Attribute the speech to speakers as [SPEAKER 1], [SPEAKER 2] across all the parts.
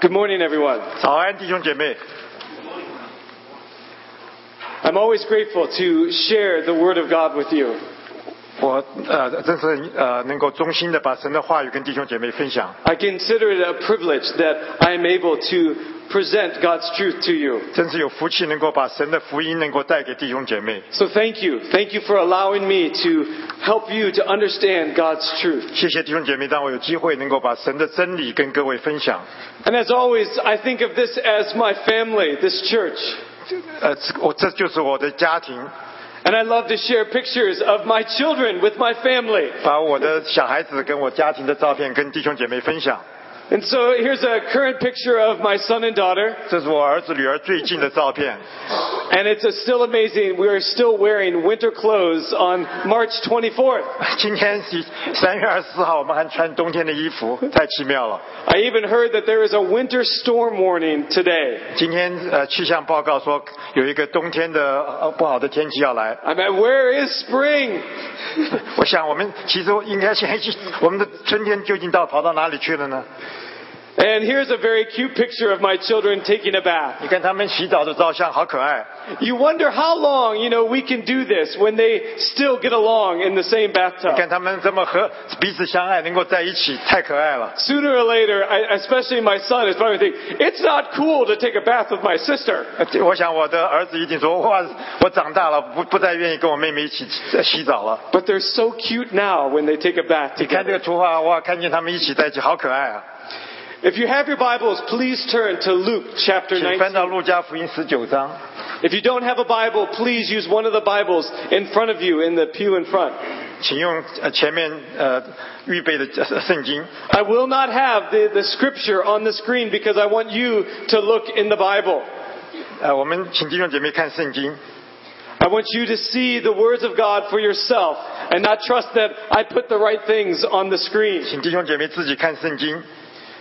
[SPEAKER 1] Good morning, everyone.
[SPEAKER 2] 早安，弟兄姐妹。
[SPEAKER 1] I'm always grateful to share the Word of God with you.
[SPEAKER 2] 我呃，真是呃，能够衷心的把神的话语跟弟兄姐妹分享，
[SPEAKER 1] I consider it a privilege that I am able to present God's truth to you.
[SPEAKER 2] 真是有福气能够把神的福音能够带给弟兄姐妹。
[SPEAKER 1] So thank you. Thank you for allowing me to help you to understand God's truth.
[SPEAKER 2] 谢谢弟兄姐妹，让我有机会能够把神的真理跟各位分享。
[SPEAKER 1] And as always, I think of this as my family, this church.
[SPEAKER 2] 呃，这我这就是我的家庭，
[SPEAKER 1] And I love to share pictures of my children with my family.
[SPEAKER 2] 把我的小孩子跟我家庭的照片跟弟兄姐妹分享。
[SPEAKER 1] And so here's a current picture of my son and daughter.
[SPEAKER 2] 这是我儿子女儿最近的照片，
[SPEAKER 1] And it's uh, still amazing. We are still wearing winter clothes on March 24th.
[SPEAKER 2] 今天是三月二十四号，我们还穿冬天的衣服，太奇妙了。
[SPEAKER 1] I even heard that there is a winter storm warning today.
[SPEAKER 2] 今天呃，气象报告说有一个冬天的呃不好的天气要来。
[SPEAKER 1] I mean, where is spring?
[SPEAKER 2] 我想，我们其实应该先去， 我们的春天究竟到跑到哪里去了呢？
[SPEAKER 1] And here's a very cute picture of my children taking a bath.
[SPEAKER 2] 你看他们洗澡的照相，好可爱。
[SPEAKER 1] You wonder how long, you know, we can do this when they still get along in the same
[SPEAKER 2] 你
[SPEAKER 1] bathtub.
[SPEAKER 2] 看他们这么和彼此相爱，能够在一起，太可爱了。
[SPEAKER 1] Sooner or later, I, especially my son is probably thinking, it's not cool to take a bath with my sister.
[SPEAKER 2] 呃我想我的儿子一定说：“哇，我长大了，不不再愿意跟我妹妹一起洗洗澡了。
[SPEAKER 1] But they're so cute now when they take a bath ”
[SPEAKER 2] 你看这
[SPEAKER 1] together.
[SPEAKER 2] 个图画，哇，看见他们一起在一起，好可爱啊！
[SPEAKER 1] If you have your Bibles, please turn to Luke chapter
[SPEAKER 2] 请翻
[SPEAKER 1] 19.
[SPEAKER 2] 到《路加福音》十九章。
[SPEAKER 1] If you don't have a Bible, please use one of the Bibles in front of you in the pew in front.
[SPEAKER 2] 请用呃前面呃预备的呃圣经。
[SPEAKER 1] I will not have the, the scripture on the screen because I want you to look in the Bible.
[SPEAKER 2] 呃，我们请弟兄姐妹看圣经，
[SPEAKER 1] I want you to see the words of God for yourself and not trust that I put the right things on the screen.
[SPEAKER 2] 请弟兄姐妹自己看圣经。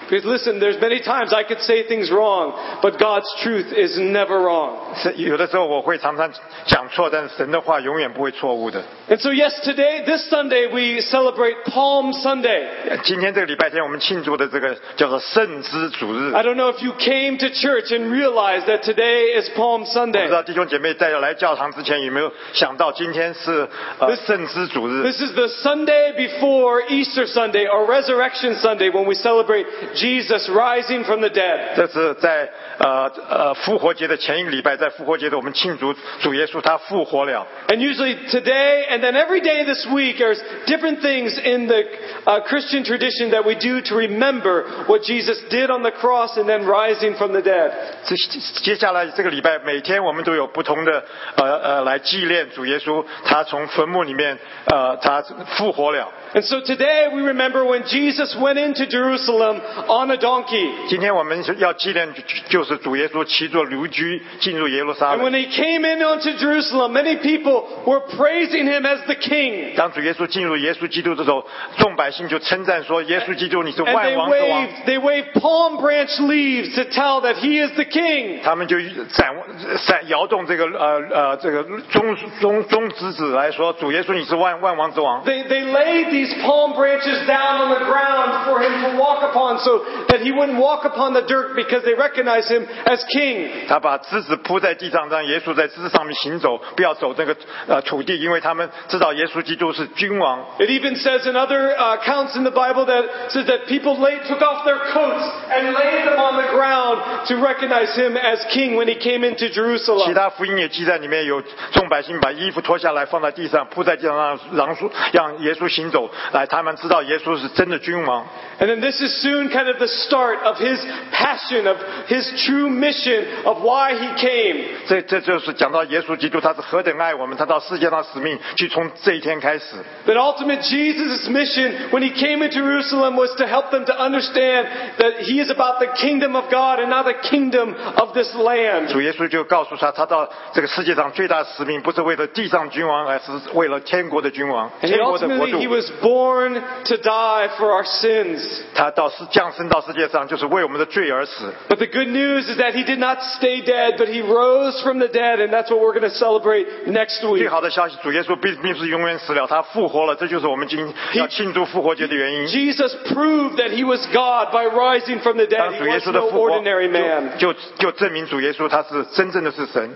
[SPEAKER 1] Because listen, there's many times I could say things wrong, but God's truth is never wrong.
[SPEAKER 2] 是有的时候我会常常讲错，但是神的话永远不会错误的。
[SPEAKER 1] And so yes, today, this Sunday, we celebrate Palm Sunday.
[SPEAKER 2] 呃今天这个礼拜天，我们庆祝的这个叫做圣之主日。
[SPEAKER 1] I don't know if you came to church and realized that today is Palm
[SPEAKER 2] 不
[SPEAKER 1] Sunday.
[SPEAKER 2] 知道弟兄姐妹在来教堂之前有没有想到今天是呃
[SPEAKER 1] This-
[SPEAKER 2] 圣之主日？
[SPEAKER 1] This is the Sunday before Easter Sunday or Resurrection Sunday when we celebrate Jesus rising from the dead.
[SPEAKER 2] 这是在呃呃复活节的前一个礼拜，在复活节的我们庆祝主耶稣他复活了。
[SPEAKER 1] And usually today and then every day this week there's different things in the uh, Christian tradition that we do to remember what Jesus did on the cross and then rising from the dead.
[SPEAKER 2] 这接下来这个礼拜，每天我们都有不同的呃呃来纪念主耶稣，他从坟墓里面呃他复活了。
[SPEAKER 1] And so today we remember when Jesus went into Jerusalem on a donkey.
[SPEAKER 2] 今天我们是要纪念就是主耶稣骑着驴驹进入耶路撒
[SPEAKER 1] And
[SPEAKER 2] 冷
[SPEAKER 1] when。he came in onto Jerusalem, many people were praising him as the king.
[SPEAKER 2] 当主耶稣进入耶稣基督的时候，众百姓就称赞说：“耶稣基督，你是
[SPEAKER 1] And
[SPEAKER 2] 万
[SPEAKER 1] they
[SPEAKER 2] 王之王。
[SPEAKER 1] waved, they waved palm branch leaves to tell that he is the king. ”
[SPEAKER 2] 他们就闪闪摇动这个呃呃这个中中中指指来说：“主耶稣，你是万万王之王。”
[SPEAKER 1] They, they laid these palm branches down on the ground for him to walk upon so that he wouldn't walk upon the dirt because they recognized him as king.
[SPEAKER 2] 他把枝子铺在地上，让耶稣在枝子上面行走，不要走那个呃土地，因为他们知道耶稣基督是君王。
[SPEAKER 1] It even says in other uh, accounts in the Bible that says that people laid, took off their coats and laid them on the ground to recognize him as king when he came into
[SPEAKER 2] 其
[SPEAKER 1] Jerusalem.
[SPEAKER 2] 他福音也记载里面有众百姓把衣服脱下来放在地上，铺在地上让让稣让耶稣行走，来他们知道耶稣是真的君王。
[SPEAKER 1] And then this is soon kind of the start of his passion, of his true mission, of why he came.
[SPEAKER 2] 这这就是讲到耶稣基督他是何等爱我们，他到世界上使命去从这一天开始。
[SPEAKER 1] That ultimate Jesus' mission when he came into Jerusalem was to help them to understand that he is about the kingdom of God and not the kingdom of this land.
[SPEAKER 2] 主耶稣就告诉他，他到这个世界上最大使命不是为了地上君王，而是为了天国的君王，
[SPEAKER 1] And
[SPEAKER 2] 天国的国
[SPEAKER 1] ultimately
[SPEAKER 2] 度
[SPEAKER 1] he。was born to die for our sins.
[SPEAKER 2] 他到世降降生到世界上，就是为我们的罪而死。
[SPEAKER 1] But the good news is that he did not stay dead, but he rose from the dead, and that's what we're going to celebrate next
[SPEAKER 2] 最
[SPEAKER 1] week.
[SPEAKER 2] 好的消息，主耶稣并并不是永远死了，他复活了，这就是我们今要庆祝复活节的原因。
[SPEAKER 1] Jesus proved that he was God by rising from the
[SPEAKER 2] 当
[SPEAKER 1] dead.
[SPEAKER 2] 主
[SPEAKER 1] He
[SPEAKER 2] 耶
[SPEAKER 1] was
[SPEAKER 2] 稣的
[SPEAKER 1] no
[SPEAKER 2] 复活
[SPEAKER 1] ordinary man.
[SPEAKER 2] 就就就证明主耶稣他是真正的是神。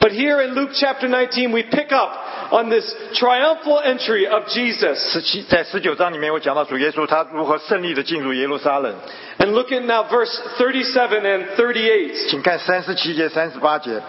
[SPEAKER 1] But here in Luke chapter 19, we pick up on this triumphal entry of Jesus.
[SPEAKER 2] 十七在十九章里面，我讲到主耶稣他如何胜利的进入耶路撒冷，
[SPEAKER 1] And look at now verse 37 and 38.
[SPEAKER 2] 请看三十七节、三十八节。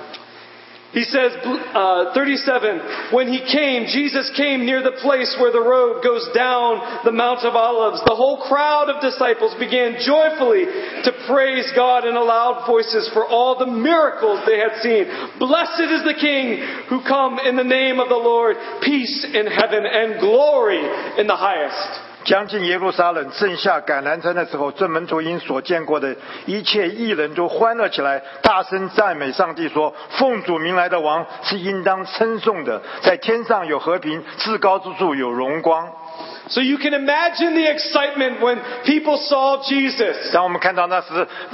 [SPEAKER 1] He says, uh, 37, when he came, Jesus came near the place where the road goes down the Mount of Olives. The whole crowd of disciples began joyfully to praise God in loud voices for all the miracles they had seen. Blessed is the King who come in the name of the Lord, peace in heaven and glory in the highest.
[SPEAKER 2] 将近耶路撒冷正下橄榄山的时候，正门徒因所见过的一切异人都欢乐起来，大声赞美上帝说：“奉主名来的王是应当称颂的，在天上有和平，至高之处有荣光。
[SPEAKER 1] So you can imagine the excitement when people saw Jesus. ”
[SPEAKER 2] 当我们看到那时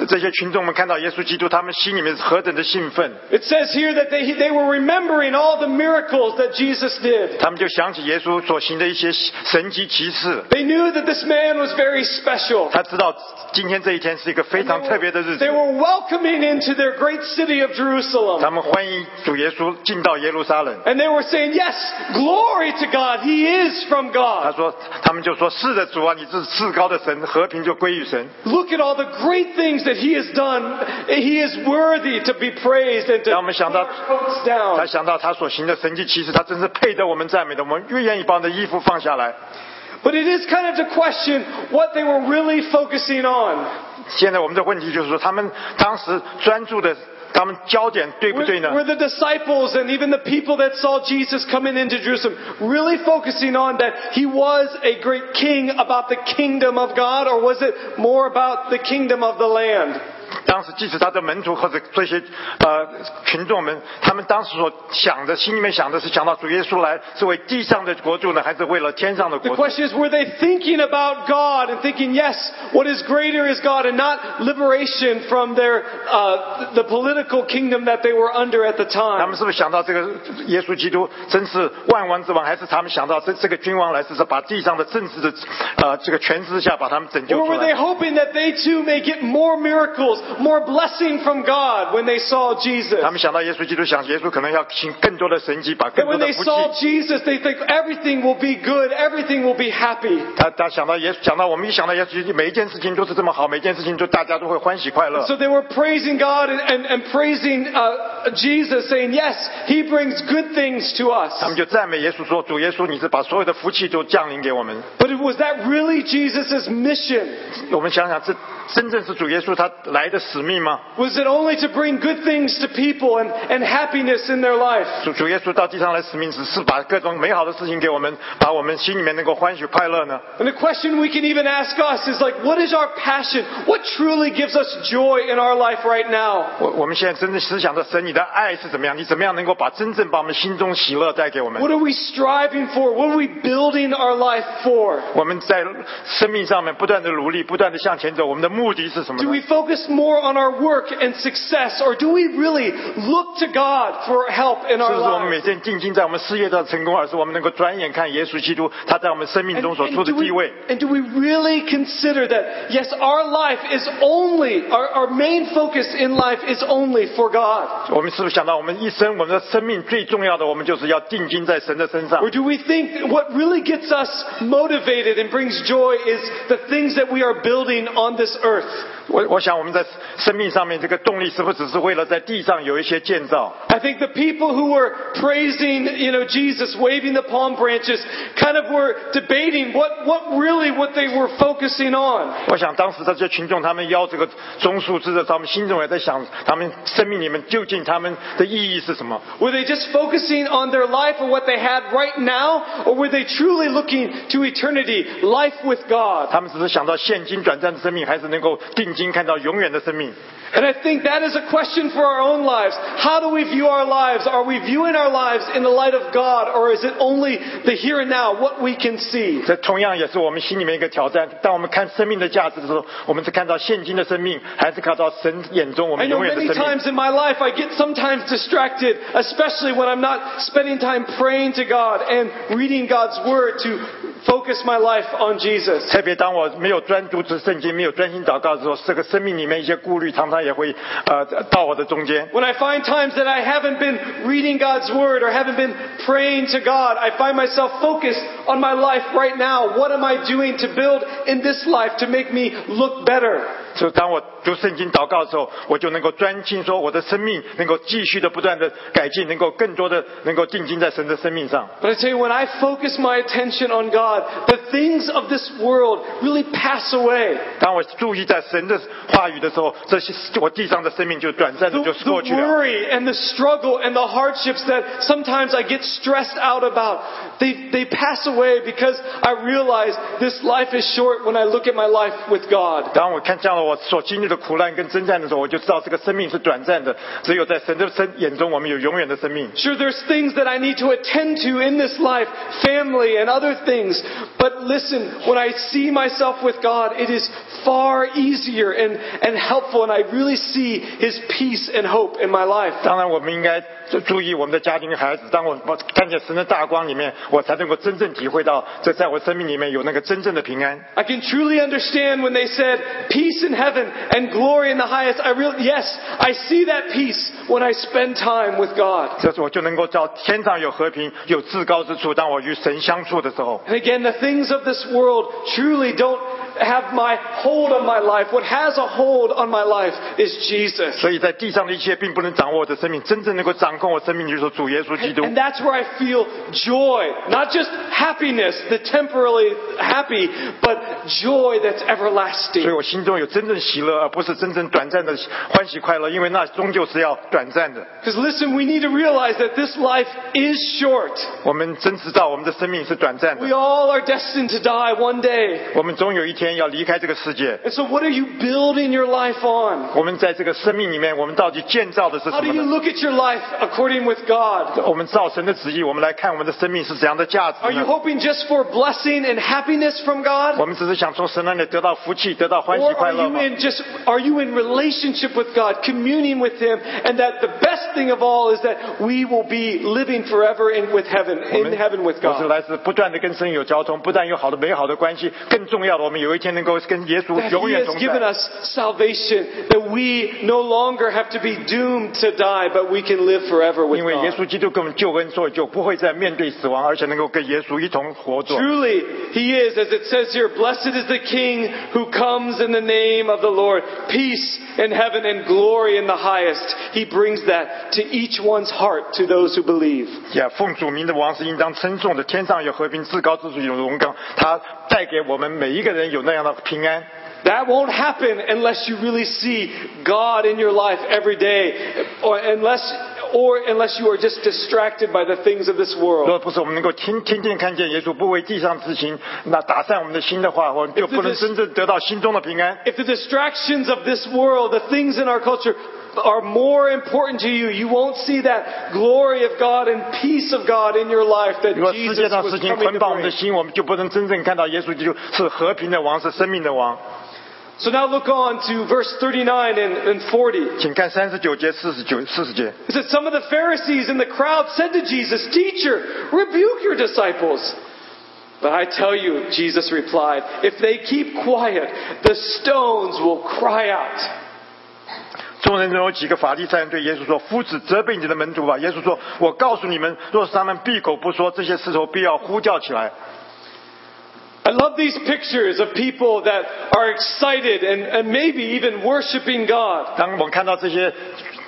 [SPEAKER 2] 这些群众们看到耶稣基督，他们心里面是何等的兴奋！
[SPEAKER 1] It says here that they, they were remembering all the miracles that Jesus did.
[SPEAKER 2] 他们就想起耶稣所行的一些神迹奇事，
[SPEAKER 1] They knew that this man was very special.
[SPEAKER 2] 他知道今天这一天是一个非常特别的日
[SPEAKER 1] They
[SPEAKER 2] 子。
[SPEAKER 1] were welcoming into their great city of
[SPEAKER 2] 他
[SPEAKER 1] Jerusalem.
[SPEAKER 2] 们欢迎主耶稣进到耶路撒冷。
[SPEAKER 1] And they were saying, Yes, glory to God. He is from
[SPEAKER 2] 他
[SPEAKER 1] God.
[SPEAKER 2] 说，他们就说：“是的，主啊，你是至高的神，和平就归于神。
[SPEAKER 1] Look at all the great things that He has done. He is worthy to be praised and to
[SPEAKER 2] 让我们想到
[SPEAKER 1] Put our coats ”
[SPEAKER 2] 他
[SPEAKER 1] down.
[SPEAKER 2] 想到他所行的神迹奇事，他真是配得我们赞美的。我们越愿意把我们的衣服放下来。
[SPEAKER 1] But it is kind of to question what they were really focusing on.
[SPEAKER 2] 现在我们的问题就是说，他们当时专注的，他们焦点对不
[SPEAKER 1] Were,
[SPEAKER 2] 对呢？
[SPEAKER 1] were the disciples and even the people that saw Jesus coming into Jerusalem really focusing on that he was a great king about the kingdom of God, or was it more about the kingdom of the land?
[SPEAKER 2] 当时即使他的门徒或者这些呃群众们，他们当时所想的，心里面想的是想到主耶稣来是为地上的国度呢，还是为了天上的
[SPEAKER 1] The
[SPEAKER 2] 国度？
[SPEAKER 1] question is, were they thinking about God and thinking, yes, what is greater is God, and not liberation from their uh, the political kingdom that they were under at the
[SPEAKER 2] 他
[SPEAKER 1] time?
[SPEAKER 2] 们是不是想到这个耶稣基督真是万王之王，还是他们想到这这个君王来是是把地上的政治的呃这个权势下把他们拯救
[SPEAKER 1] Or
[SPEAKER 2] 出
[SPEAKER 1] were they
[SPEAKER 2] 来？
[SPEAKER 1] hoping that they too may get more miracles, more blessing from God when they saw Jesus?
[SPEAKER 2] 他们想到耶稣基督，想耶稣可能要行更多的神迹，把更
[SPEAKER 1] That
[SPEAKER 2] 多
[SPEAKER 1] when
[SPEAKER 2] 的
[SPEAKER 1] they
[SPEAKER 2] 福
[SPEAKER 1] saw
[SPEAKER 2] 气。
[SPEAKER 1] Jesus, they think everything will be good, everything will be happy.
[SPEAKER 2] 他他想到耶稣，想到我们一想到耶稣基督，每一件事情都是这么好，每一件事情都大家都会欢喜快乐。
[SPEAKER 1] So they were praising God and, and, and praising uh, Jesus, saying, Yes, He brings good things to
[SPEAKER 2] 他
[SPEAKER 1] us.
[SPEAKER 2] 们就赞美耶稣说：“主耶稣，你是把所有的福气都降临给我们。
[SPEAKER 1] But was that really Jesus' mission? ”
[SPEAKER 2] 我们想想，这真正是主耶稣他来的使命吗？
[SPEAKER 1] Was it only to bring good things to people and, and happiness in their life?
[SPEAKER 2] 主主耶稣到地上来使命，只是把各种美好的事情给我们，把我们心里面能够欢喜快乐呢？
[SPEAKER 1] And the question we can even ask us is like, what is our passion? What truly gives us joy in our life right now?
[SPEAKER 2] 我我们现在真正思想着神，你的爱是怎么样？你怎么样能够把真正把我们心中喜乐带给我们
[SPEAKER 1] What？are we striving for? What are we building our life for?
[SPEAKER 2] 我们在生命上面不断的努力，不断的向前走，我们的目的是什么
[SPEAKER 1] Do
[SPEAKER 2] 呢
[SPEAKER 1] we？focus more on our work and success, or do we really look to God for help in
[SPEAKER 2] 是
[SPEAKER 1] our
[SPEAKER 2] 不是我们每
[SPEAKER 1] lives?
[SPEAKER 2] 天静心在我们事业上成功，而是我们能够转眼看耶稣基督他在我们生命
[SPEAKER 1] And,
[SPEAKER 2] 中所
[SPEAKER 1] and
[SPEAKER 2] 处的
[SPEAKER 1] do we,
[SPEAKER 2] 地位？
[SPEAKER 1] and do we really consider that, yes, our life is only, our, our main focus in life is only for God?
[SPEAKER 2] 我们是不是想到我们一生，我们的生命最重要的，我们就是要定睛在神的身上
[SPEAKER 1] Or？do we think that what really gets us motivated and brings joy is the things that we are building on this earth?
[SPEAKER 2] 我我想我们在生命上面这个动力，是不是只是为了在地上有一些建造？
[SPEAKER 1] I think the people who were praising, you know, Jesus, waving the palm branches, kind of were debating what, what really what they were focusing on.
[SPEAKER 2] 我想当时这些群众，他们邀这个棕树枝的时候，他们心中也在想，他们生命里面究竟他们的意义是什么？
[SPEAKER 1] Were they just focusing on their life or what they had right now, or were they truly looking to eternity, life with God?
[SPEAKER 2] 他们只是想到现今短暂的生命，还是能够定睛看到永远的生命。
[SPEAKER 1] And I think that is a question for our own lives. How do we view our lives? Are we viewing our lives in the light of God, or is it only the here and now, what we can see?
[SPEAKER 2] 这同样也是我们心里面一个挑战。当我们看生命的价值的时候，我们是看到现今的生命，还是看到神眼中我
[SPEAKER 1] I
[SPEAKER 2] 们
[SPEAKER 1] know
[SPEAKER 2] 永远
[SPEAKER 1] 哎 many
[SPEAKER 2] 的生命？
[SPEAKER 1] times in my life I get sometimes distracted, especially when I'm not spending time praying to God and reading God's Word to focus my life on Jesus.
[SPEAKER 2] 特别当我没有专注读圣经，没有专心祷告的时候，这个生命里面一些顾虑常常也会呃到我的中间。
[SPEAKER 1] When I find times that I haven't been reading God's Word or haven't been praying to God, I find myself focused on my life right now. What am I doing to build in this life to make me look better?
[SPEAKER 2] 所以当我读圣经祷告的时候，我就能够专心说我的生命能够继续的不断的改进，能够更多的能够定睛在神的生命上。
[SPEAKER 1] But I tell you, when I focus my attention on God, the things of this world really pass away.
[SPEAKER 2] 当我注意在神的话语的时候，这些我地上的生命就短暂
[SPEAKER 1] The,
[SPEAKER 2] 的就过
[SPEAKER 1] the
[SPEAKER 2] 去了。
[SPEAKER 1] worry and the struggle and the hardships that sometimes I get stressed out about, they, they pass away because I realize this life is short when I look at my life with God.
[SPEAKER 2] 当我看见了我所经历的苦难跟征战的时候，我就知道这个生命是短暂的，只有在神的生眼中，我们有永远的生命。
[SPEAKER 1] Sure, there's things that I need to attend to in this life, family and other things. But listen, when I see myself with God, it is far easier and, and helpful, and I really see His peace and hope in my life.
[SPEAKER 2] 当然，我们应该注意我们的家庭跟孩子。当我看见神的大光里面，我才能够真正体会到，这在我生命里面有那个真正的平安。
[SPEAKER 1] I can truly understand when they said, peace in heaven and glory in the highest. I real, yes, I see that peace when I spend time with God.
[SPEAKER 2] 这是我就能够知道天上有和平，有至高之处。当我与神相处的时候，
[SPEAKER 1] And again, the things of this world truly don't have my hold on my life. What has a hold on my life is Jesus.
[SPEAKER 2] 所以在地上的一切并不能掌握我的生命，真正能够掌控我生命就是说主耶稣 基督。
[SPEAKER 1] And that's where I feel joy. Not just happiness, the temporarily happy, but joy that's
[SPEAKER 2] 所以
[SPEAKER 1] everlasting.
[SPEAKER 2] 我心中有真正喜乐，而不是真正短暂的欢喜快乐，因为那终究是要短暂的。
[SPEAKER 1] Because listen, we need to realize that this life is short.
[SPEAKER 2] 我们真知道我们的生命是短暂
[SPEAKER 1] We
[SPEAKER 2] 的，
[SPEAKER 1] all are destined to die one day.
[SPEAKER 2] 我们总有一天要离开这个世界。
[SPEAKER 1] And so what are you building your life on?
[SPEAKER 2] 我们在这个生命里面，我们到底建造的是
[SPEAKER 1] How
[SPEAKER 2] 什
[SPEAKER 1] do
[SPEAKER 2] 么
[SPEAKER 1] you
[SPEAKER 2] 呢？
[SPEAKER 1] look at your life according with God?
[SPEAKER 2] 我们照神的旨意，我们来看我们的生命是怎样的价值
[SPEAKER 1] Are you
[SPEAKER 2] 呢。
[SPEAKER 1] hoping just for blessing and happiness from God?
[SPEAKER 2] 我们只是想从神那里得到福气，得到欢喜
[SPEAKER 1] Or
[SPEAKER 2] 快
[SPEAKER 1] are
[SPEAKER 2] 乐
[SPEAKER 1] you
[SPEAKER 2] 吗？
[SPEAKER 1] in just are you in relationship with God, communing with Him, and that the best thing of all is that we will be living forever in with heaven
[SPEAKER 2] 我们
[SPEAKER 1] in heaven with
[SPEAKER 2] 我是
[SPEAKER 1] God.
[SPEAKER 2] 来自不断的跟神有交通，不但有好的美好的关系，更重要的，我们有一天能够跟耶稣
[SPEAKER 1] That
[SPEAKER 2] 永
[SPEAKER 1] he
[SPEAKER 2] 远
[SPEAKER 1] has
[SPEAKER 2] 同
[SPEAKER 1] given
[SPEAKER 2] 在。
[SPEAKER 1] us salvation, that we no longer have to be doomed to die, but we can live forever with
[SPEAKER 2] 因为耶
[SPEAKER 1] God.
[SPEAKER 2] 稣基督给我们救恩，所以就不会再面对死亡，而且能够跟耶稣一同活着。
[SPEAKER 1] Truly, He is, as it says here, blessed is the King who comes in the name of the Lord. Peace in heaven and glory in the highest. He brings that to each one's heart, to those who believe.
[SPEAKER 2] 也奉主名的王是应当称颂的，天上有和平，至高之处有荣光，他带给我们每一个人有那样的平安。
[SPEAKER 1] That won't happen unless you really see God in your life every day, or unless, or unless you are just distracted by the things of this
[SPEAKER 2] 若
[SPEAKER 1] world.
[SPEAKER 2] 不是我们能够听听见看见耶稣不为地上之行，那打散我们的心的话，我哎们就不能真正得到心中的平安。
[SPEAKER 1] If the distractions of this world, the things in our culture, are more important to you, you won't see that glory of God and peace of God in your life that
[SPEAKER 2] 如果世
[SPEAKER 1] Jesus
[SPEAKER 2] 界上
[SPEAKER 1] was
[SPEAKER 2] 事情
[SPEAKER 1] coming
[SPEAKER 2] 捆
[SPEAKER 1] to
[SPEAKER 2] 绑我们的
[SPEAKER 1] bring.
[SPEAKER 2] 心，我们就不能真正看到耶稣基督是和平的王，是生命的王。
[SPEAKER 1] So now look on to verse 39 and, and 40.
[SPEAKER 2] 请看三十九节、四十九、四十节。
[SPEAKER 1] It says, Some of the Pharisees in the crowd said to Jesus, Teacher, rebuke your disciples. But I tell you, Jesus replied, if they keep quiet, the stones will cry out.
[SPEAKER 2] 众人中有几个法利赛人对耶稣说：“夫子，责备你的门徒吧。”耶稣说：“我告诉你们，若是他们闭口不说，这些石头必要呼叫起来。
[SPEAKER 1] I love these pictures of people that are excited and, and maybe even worshiping God. ”
[SPEAKER 2] 当我们看到这些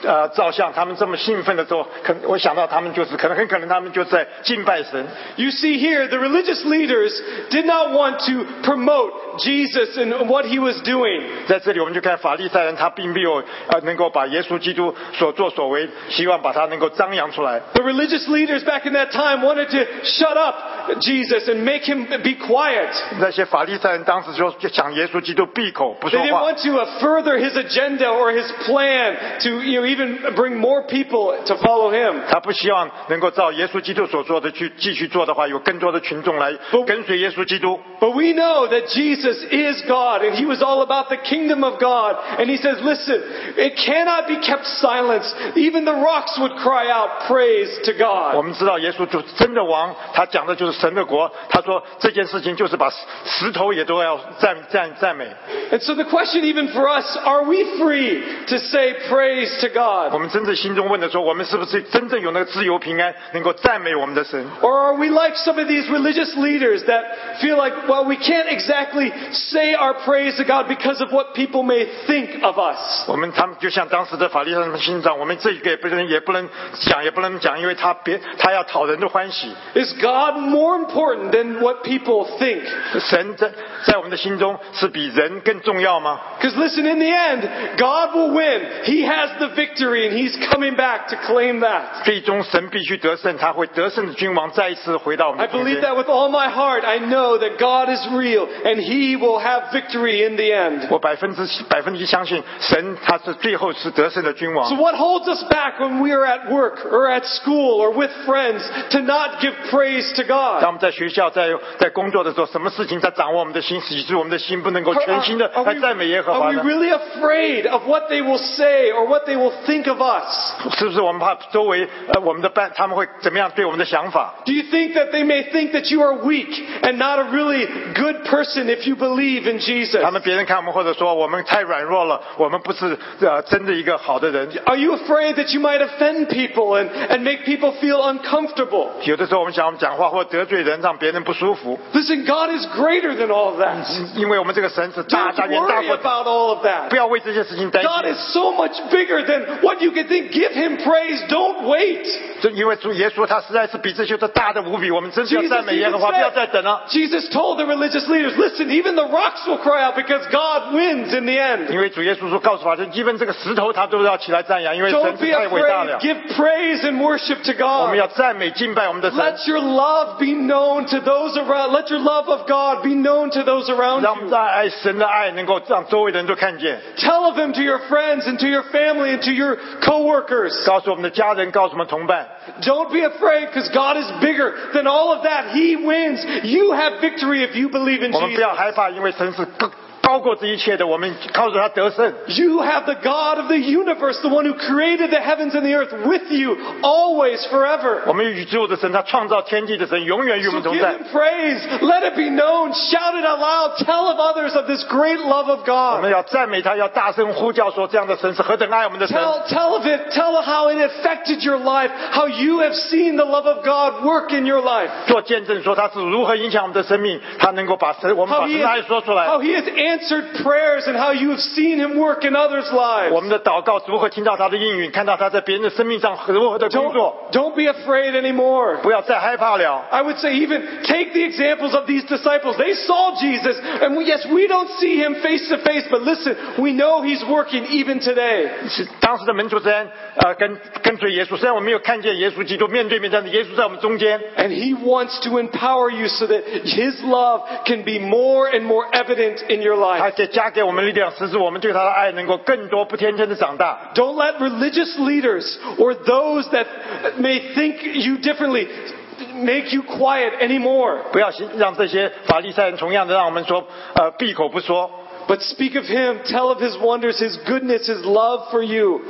[SPEAKER 2] 呃照相，他们这么兴奋的时候，可我想到他们就是可能很可能他们就在敬拜神。
[SPEAKER 1] You see here, the religious leaders did not want to promote Jesus and what he was doing.
[SPEAKER 2] 在这里，我们就看法利赛人他并没有呃能够把耶稣基督所作所为，希望把它能够张扬出来。
[SPEAKER 1] The religious leaders back in that time wanted to shut up Jesus and make him be quiet.
[SPEAKER 2] 那些法利赛人当时就就想耶稣基督闭口不
[SPEAKER 1] They
[SPEAKER 2] 说
[SPEAKER 1] didn't
[SPEAKER 2] 话。
[SPEAKER 1] want to uh, further his agenda or his plan to you know, even bring more people to follow him.
[SPEAKER 2] 他不希望能够照耶稣基督所做的去继续做的话，有更多的群众来
[SPEAKER 1] 不
[SPEAKER 2] 跟随耶稣基督。
[SPEAKER 1] But we know that Jesus is God and he was all about the kingdom of God. And he says, listen, it cannot be kept silence. Even the rocks would cry out praise to
[SPEAKER 2] 我
[SPEAKER 1] God.
[SPEAKER 2] 们知道耶稣就是真的王，他讲的就是神的国。他说这件事情就是把石石头也都要赞赞赞美。
[SPEAKER 1] And so the question even for us, are we free to say praise to
[SPEAKER 2] 我
[SPEAKER 1] God?
[SPEAKER 2] 们真正心中问的说，我们是不是真正有那个自由平安，能够赞美我们的神？
[SPEAKER 1] Or are we like some of these religious leaders that feel like, well, we can't exactly say our praise to God because of what people may think of us?
[SPEAKER 2] 我们他们就像当时的法利赛人心脏，我们这个也不能也不能讲，也不能讲，因为他别他要讨人的欢喜。
[SPEAKER 1] Is God more important than what people think?
[SPEAKER 2] 神在在我们的心中是比人更重要吗？
[SPEAKER 1] Because listen, in the end, God will win. He has the victory and He's coming back to claim that.
[SPEAKER 2] 最终神必须得胜，他会得胜的君王再一次回到我们
[SPEAKER 1] I
[SPEAKER 2] 中
[SPEAKER 1] believe
[SPEAKER 2] 间。
[SPEAKER 1] that with all my heart. I know that God is real and He will have victory in the end.
[SPEAKER 2] 我百分之百分之一相信神，他是最后是得胜的君
[SPEAKER 1] So
[SPEAKER 2] 王。
[SPEAKER 1] what holds us back when we are at work or at school or with friends to not give praise to
[SPEAKER 2] 当
[SPEAKER 1] God?
[SPEAKER 2] 我们在学校、在在工作的时候，什么事情在掌握我们的心，以致我们的心不能够
[SPEAKER 1] Are,
[SPEAKER 2] 全心的
[SPEAKER 1] are-
[SPEAKER 2] 来
[SPEAKER 1] are
[SPEAKER 2] 赞美
[SPEAKER 1] we,
[SPEAKER 2] 耶和华
[SPEAKER 1] are
[SPEAKER 2] 呢
[SPEAKER 1] we？really afraid of what they will say or what they will think of us?
[SPEAKER 2] 是不是我们怕周围呃我们的伴他们会怎么样对我们的想法？
[SPEAKER 1] Do you think that they may think that you are weak and not a really good person if you believe in Jesus?
[SPEAKER 2] 他们别人看我们，或者说我们太软弱了，我们不是呃真的一个好的人。
[SPEAKER 1] Are you afraid that you might offend people and, and make people feel uncomfortable?
[SPEAKER 2] 有的时候我们想我们讲话或得罪人，让别人不舒服，
[SPEAKER 1] Listen, God is greater than all of that.
[SPEAKER 2] 因为我们这个神是大
[SPEAKER 1] Don't
[SPEAKER 2] 大远大
[SPEAKER 1] worry
[SPEAKER 2] 过，
[SPEAKER 1] about all of
[SPEAKER 2] 不
[SPEAKER 1] that.
[SPEAKER 2] 要为这些事情担心。
[SPEAKER 1] God is so much bigger than what you can think. Give Him praise. Don't wait.
[SPEAKER 2] 这因为主耶稣他实在是比这些都大的无比，我们真是要
[SPEAKER 1] Jesus
[SPEAKER 2] 赞美耶
[SPEAKER 1] even
[SPEAKER 2] 和华，不要再等
[SPEAKER 1] said,
[SPEAKER 2] 了。
[SPEAKER 1] Jesus told the religious leaders, listen, even the rocks will cry out because God wins in the end.
[SPEAKER 2] 因为主耶稣说，告诉法师，即便这个石头他都要起来赞扬，因为神
[SPEAKER 1] Don't
[SPEAKER 2] 是
[SPEAKER 1] be
[SPEAKER 2] 太伟大了
[SPEAKER 1] afraid.。Give praise and worship to
[SPEAKER 2] 我们
[SPEAKER 1] God.
[SPEAKER 2] 要赞美敬拜我们的神，
[SPEAKER 1] Let your love be known to those around. Let your love of God be known to those around
[SPEAKER 2] 让
[SPEAKER 1] you.
[SPEAKER 2] 让爱神的爱能够让周围的人都看见，
[SPEAKER 1] Tell of him to your friends and to your family and to your coworkers.
[SPEAKER 2] 告诉我们的家人，告诉我们同伴，
[SPEAKER 1] Don't be afraid because God is bigger than all of that. He wins. You have victory if you believe in
[SPEAKER 2] 我们不
[SPEAKER 1] Jesus.
[SPEAKER 2] 要害怕，因为神是高高过这一切的，我们靠着他得胜。
[SPEAKER 1] You have the God of the universe, the one who created the heavens and the earth with you always forever.
[SPEAKER 2] 我们与主的神，他创造天地的神，永远与我
[SPEAKER 1] So
[SPEAKER 2] 们
[SPEAKER 1] give
[SPEAKER 2] 同在
[SPEAKER 1] him。praise. Let it be known. Shout it out loud. Tell of others of this great love of
[SPEAKER 2] 我们
[SPEAKER 1] God.
[SPEAKER 2] 要赞美他，要大声呼叫说，这样的神是何等爱我们的神。
[SPEAKER 1] Tell, tell of it. Tell how it affected your life, how you have seen the love of God work in your life.
[SPEAKER 2] 做见证说他是如何影响我们的生命，他能够把神我们
[SPEAKER 1] how
[SPEAKER 2] 把
[SPEAKER 1] he,
[SPEAKER 2] 神的爱
[SPEAKER 1] has,
[SPEAKER 2] 说出来，
[SPEAKER 1] how he has answered prayers and how you have seen him work in others'
[SPEAKER 2] 我
[SPEAKER 1] lives.
[SPEAKER 2] 们的祷告如何听到他的应允，看到他在别人的生命上如何的工作，
[SPEAKER 1] Don't, don't be afraid anymore.
[SPEAKER 2] 不要再害怕了。
[SPEAKER 1] I would say even take the examples of these disciples. They saw Jesus, and we, yes, we don't see him face to face, but listen, we know he's working even today.
[SPEAKER 2] 是当时的门徒之恩，呃，跟跟随耶稣，虽然我们没有看见耶稣基督面对面，但是耶稣在我们中间，
[SPEAKER 1] And he wants to empower you so that his love can be more and more evident in your
[SPEAKER 2] 他
[SPEAKER 1] life.
[SPEAKER 2] 且加给我们力量，使我们对他的爱能够更多不天真的长大。
[SPEAKER 1] Don't let religious leaders or those that may think you differently make you quiet anymore.
[SPEAKER 2] 不要让这些法利赛人同样的让我们说，呃，闭口不说。
[SPEAKER 1] But speak of him, tell of his wonders, his goodness, his love for you.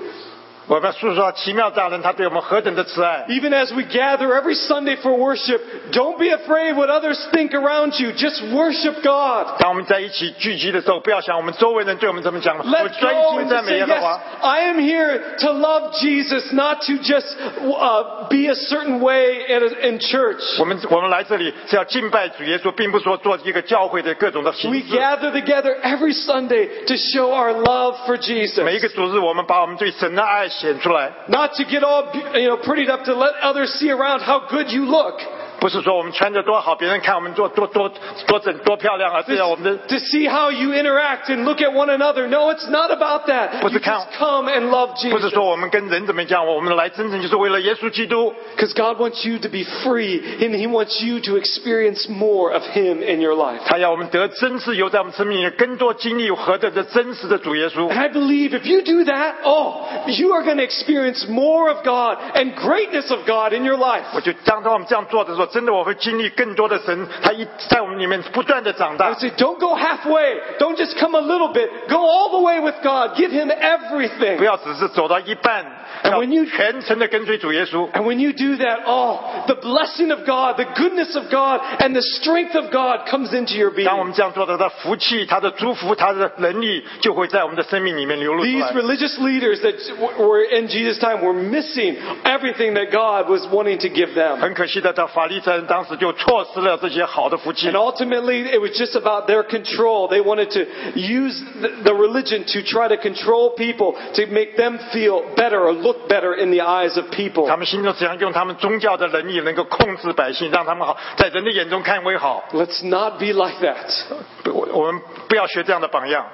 [SPEAKER 2] 我们要诉说奇妙大人他对我们何等的慈爱。
[SPEAKER 1] Even as we gather every Sunday for worship, don't be afraid what others think around you. Just worship God.
[SPEAKER 2] 当我们在一起聚集的时候，不要想我们周围人对我们怎么讲，我们
[SPEAKER 1] Let
[SPEAKER 2] 专
[SPEAKER 1] go
[SPEAKER 2] 心
[SPEAKER 1] and
[SPEAKER 2] 赞
[SPEAKER 1] just
[SPEAKER 2] 美
[SPEAKER 1] say,
[SPEAKER 2] 耶和
[SPEAKER 1] yes,
[SPEAKER 2] 华。
[SPEAKER 1] I am here to love Jesus, not to just uh, be a certain way in, in church.
[SPEAKER 2] 我们我们来这里是要敬拜主耶稣，并不是说做一个教会的各种的形
[SPEAKER 1] We
[SPEAKER 2] 式。
[SPEAKER 1] gather together every Sunday to show our love for Jesus.
[SPEAKER 2] 每一个主日，我们把我们对神的爱显出来，
[SPEAKER 1] Not to get all bu- you know prettied up to let others see around how good you look.
[SPEAKER 2] 不是说我们穿着多好，别人看我们多多多多整多漂亮，而是要我们的
[SPEAKER 1] To see how you interact and look at one another. No, it's not about that.
[SPEAKER 2] 不是
[SPEAKER 1] You
[SPEAKER 2] 看-
[SPEAKER 1] just come and love
[SPEAKER 2] 不是
[SPEAKER 1] Jesus.
[SPEAKER 2] 说我们跟人怎么样，我们来真正就是为了耶稣基督。
[SPEAKER 1] Because God wants you to be free and He wants you to experience more of Him in your life.
[SPEAKER 2] 他要我们得真自由，在我们生命里更多经历和着这真实的主耶稣
[SPEAKER 1] And。I believe if you do that, oh, you are going to experience more of God and greatness of God in your life.
[SPEAKER 2] 我就当当我们这样做的时候，真的我会经历更多的神，他一在我们里面不断的长
[SPEAKER 1] I
[SPEAKER 2] 大
[SPEAKER 1] would。say, don't go halfway. Don't just come a little bit. Go all the way with God. Give Him
[SPEAKER 2] 不
[SPEAKER 1] everything.
[SPEAKER 2] 要只是走到一半，
[SPEAKER 1] And
[SPEAKER 2] 要
[SPEAKER 1] when you-
[SPEAKER 2] 全程的跟随主耶稣。
[SPEAKER 1] And when you do that, oh, the blessing of God, the goodness of God, and the strength of God comes into your
[SPEAKER 2] 当
[SPEAKER 1] being.
[SPEAKER 2] 我们这样做的，他福气、他的祝福、他的能力，就会在我们的生命里面流露出
[SPEAKER 1] These
[SPEAKER 2] 来。
[SPEAKER 1] religious leaders that were in Jesus' time were missing everything that God was wanting to give them.
[SPEAKER 2] 很可惜的，他法利赛人当时就错失了这些好的福气
[SPEAKER 1] And。ultimately, it was just about their control. They wanted to use the- the religion to try to control people, to make them feel better or look better in the eyes of people.
[SPEAKER 2] 他们心中只想用他们宗教的能力，能够控制百姓，让他们好，在人的眼中看为好。
[SPEAKER 1] Let's not be like that.
[SPEAKER 2] 不我我们不要学这样的榜样。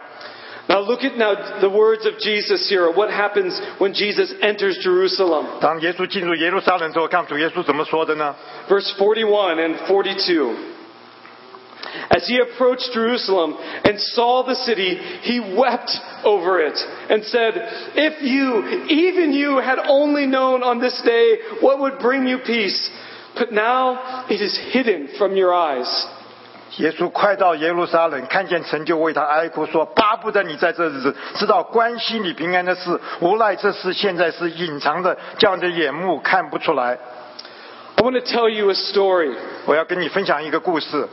[SPEAKER 1] Now look at now the words of Jesus here. What happens when Jesus enters Jerusalem?
[SPEAKER 2] 当耶稣进入耶路撒冷之后，看主耶稣怎么说的呢？
[SPEAKER 1] Verse 41 and 42. As he approached Jerusalem and saw the city, he wept over it and said, If you, even you, had only known on this day what would bring you peace, but now it is hidden from your eyes.
[SPEAKER 2] 耶稣快到耶路撒冷，看见城就为他哀哭，说：“巴不得你在这日子知道关心你平安的事，无奈这事现在是隐藏的，叫你的眼目看不出来。
[SPEAKER 1] I want to tell you a story. ”
[SPEAKER 2] 我要跟你分享一个故事。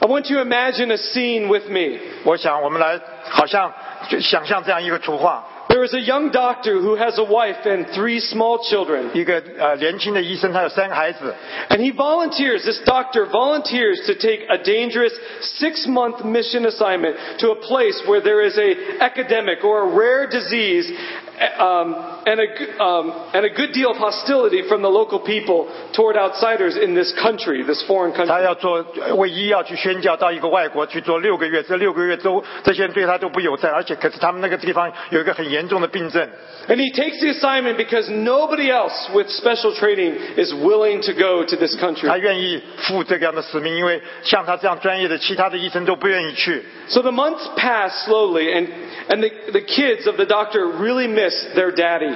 [SPEAKER 1] I want you to imagine a scene with me.
[SPEAKER 2] 我想我们来，好像就想象这样一个图画：
[SPEAKER 1] There is a young doctor who has a wife and three small children.
[SPEAKER 2] 一个呃年轻的医生，他有三个孩子，
[SPEAKER 1] And he volunteers, this doctor volunteers to take a dangerous six month mission assignment to a place where there is a epidemic or a rare disease um, and, a, g- um, and a good deal of hostility from the local people toward outsiders in this country, this foreign
[SPEAKER 2] 他
[SPEAKER 1] country.
[SPEAKER 2] 要做呃为医药去宣教，到一个外国去做六个月，这六个月都这些人对他都不友善，而且可是他们那个地方有一个很严重的病症。
[SPEAKER 1] And he takes the assignment because nobody else with special training is willing to go to this country.
[SPEAKER 2] 他愿意负这个样的使命，因为像他这样专业的，其他的医生都不愿意去。
[SPEAKER 1] So the months pass slowly, and, and the, the kids of the doctor really miss their daddy.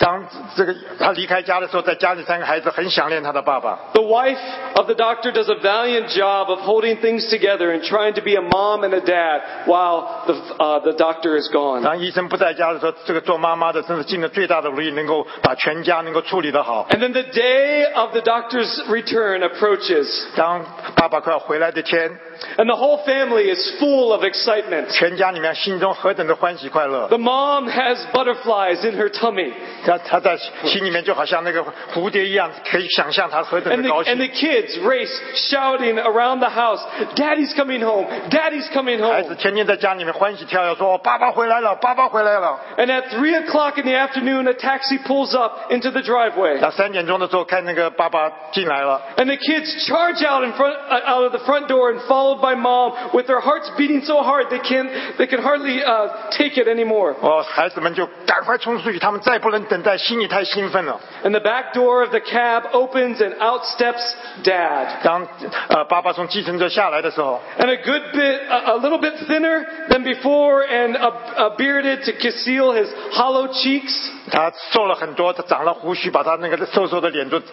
[SPEAKER 2] 当这个他离开家的时候，在家里三个孩子很想念他的爸爸。
[SPEAKER 1] The wife of the doctor does a valiant job of holding things together and trying to be a mom and a dad while the, uh, the doctor is gone.
[SPEAKER 2] 当医生不在家的时候，这个做妈妈的真是尽了最大的努力，能够把全家能够处理得好。
[SPEAKER 1] And then the day of the doctor's return approaches,
[SPEAKER 2] 当爸爸快要回来的天，
[SPEAKER 1] and the whole family is full of excitement.
[SPEAKER 2] 全家里面心中何等的欢喜快乐！
[SPEAKER 1] The mom has butterflies in her tummy,
[SPEAKER 2] 他他在心里面就好像那个蝴蝶一样，可以想象他何等
[SPEAKER 1] and
[SPEAKER 2] 的
[SPEAKER 1] the,
[SPEAKER 2] 高
[SPEAKER 1] and
[SPEAKER 2] 兴。
[SPEAKER 1] the kids race shouting around the house, Daddy's coming home, Daddy's coming
[SPEAKER 2] 孩子
[SPEAKER 1] home.
[SPEAKER 2] 天天在家里面欢喜跳跃，说：“哦爸爸回来了，爸爸回来了。”
[SPEAKER 1] And at 3 o'clock in the afternoon, a taxi pulls up into the driveway.
[SPEAKER 2] 那三点钟的时候，看那个爸爸进来了。
[SPEAKER 1] And the kids charge out in front, uh, out of the front door and followed by mom with their hearts beating so hard they can, they can hardly uh, take it anymore.
[SPEAKER 2] 哦，孩子们就赶快冲出去，他们再不能等待，心里太兴奋了。
[SPEAKER 1] And the back door of the cab opens and out steps dad.
[SPEAKER 2] 当呃爸爸从计程车下来的时候，
[SPEAKER 1] And a good bit, a, a little bit thinner than before and a, a bearded to conceal his hollow cheeks,
[SPEAKER 2] 他瘦了很多，他长了胡须，把他那个瘦瘦的脸都，可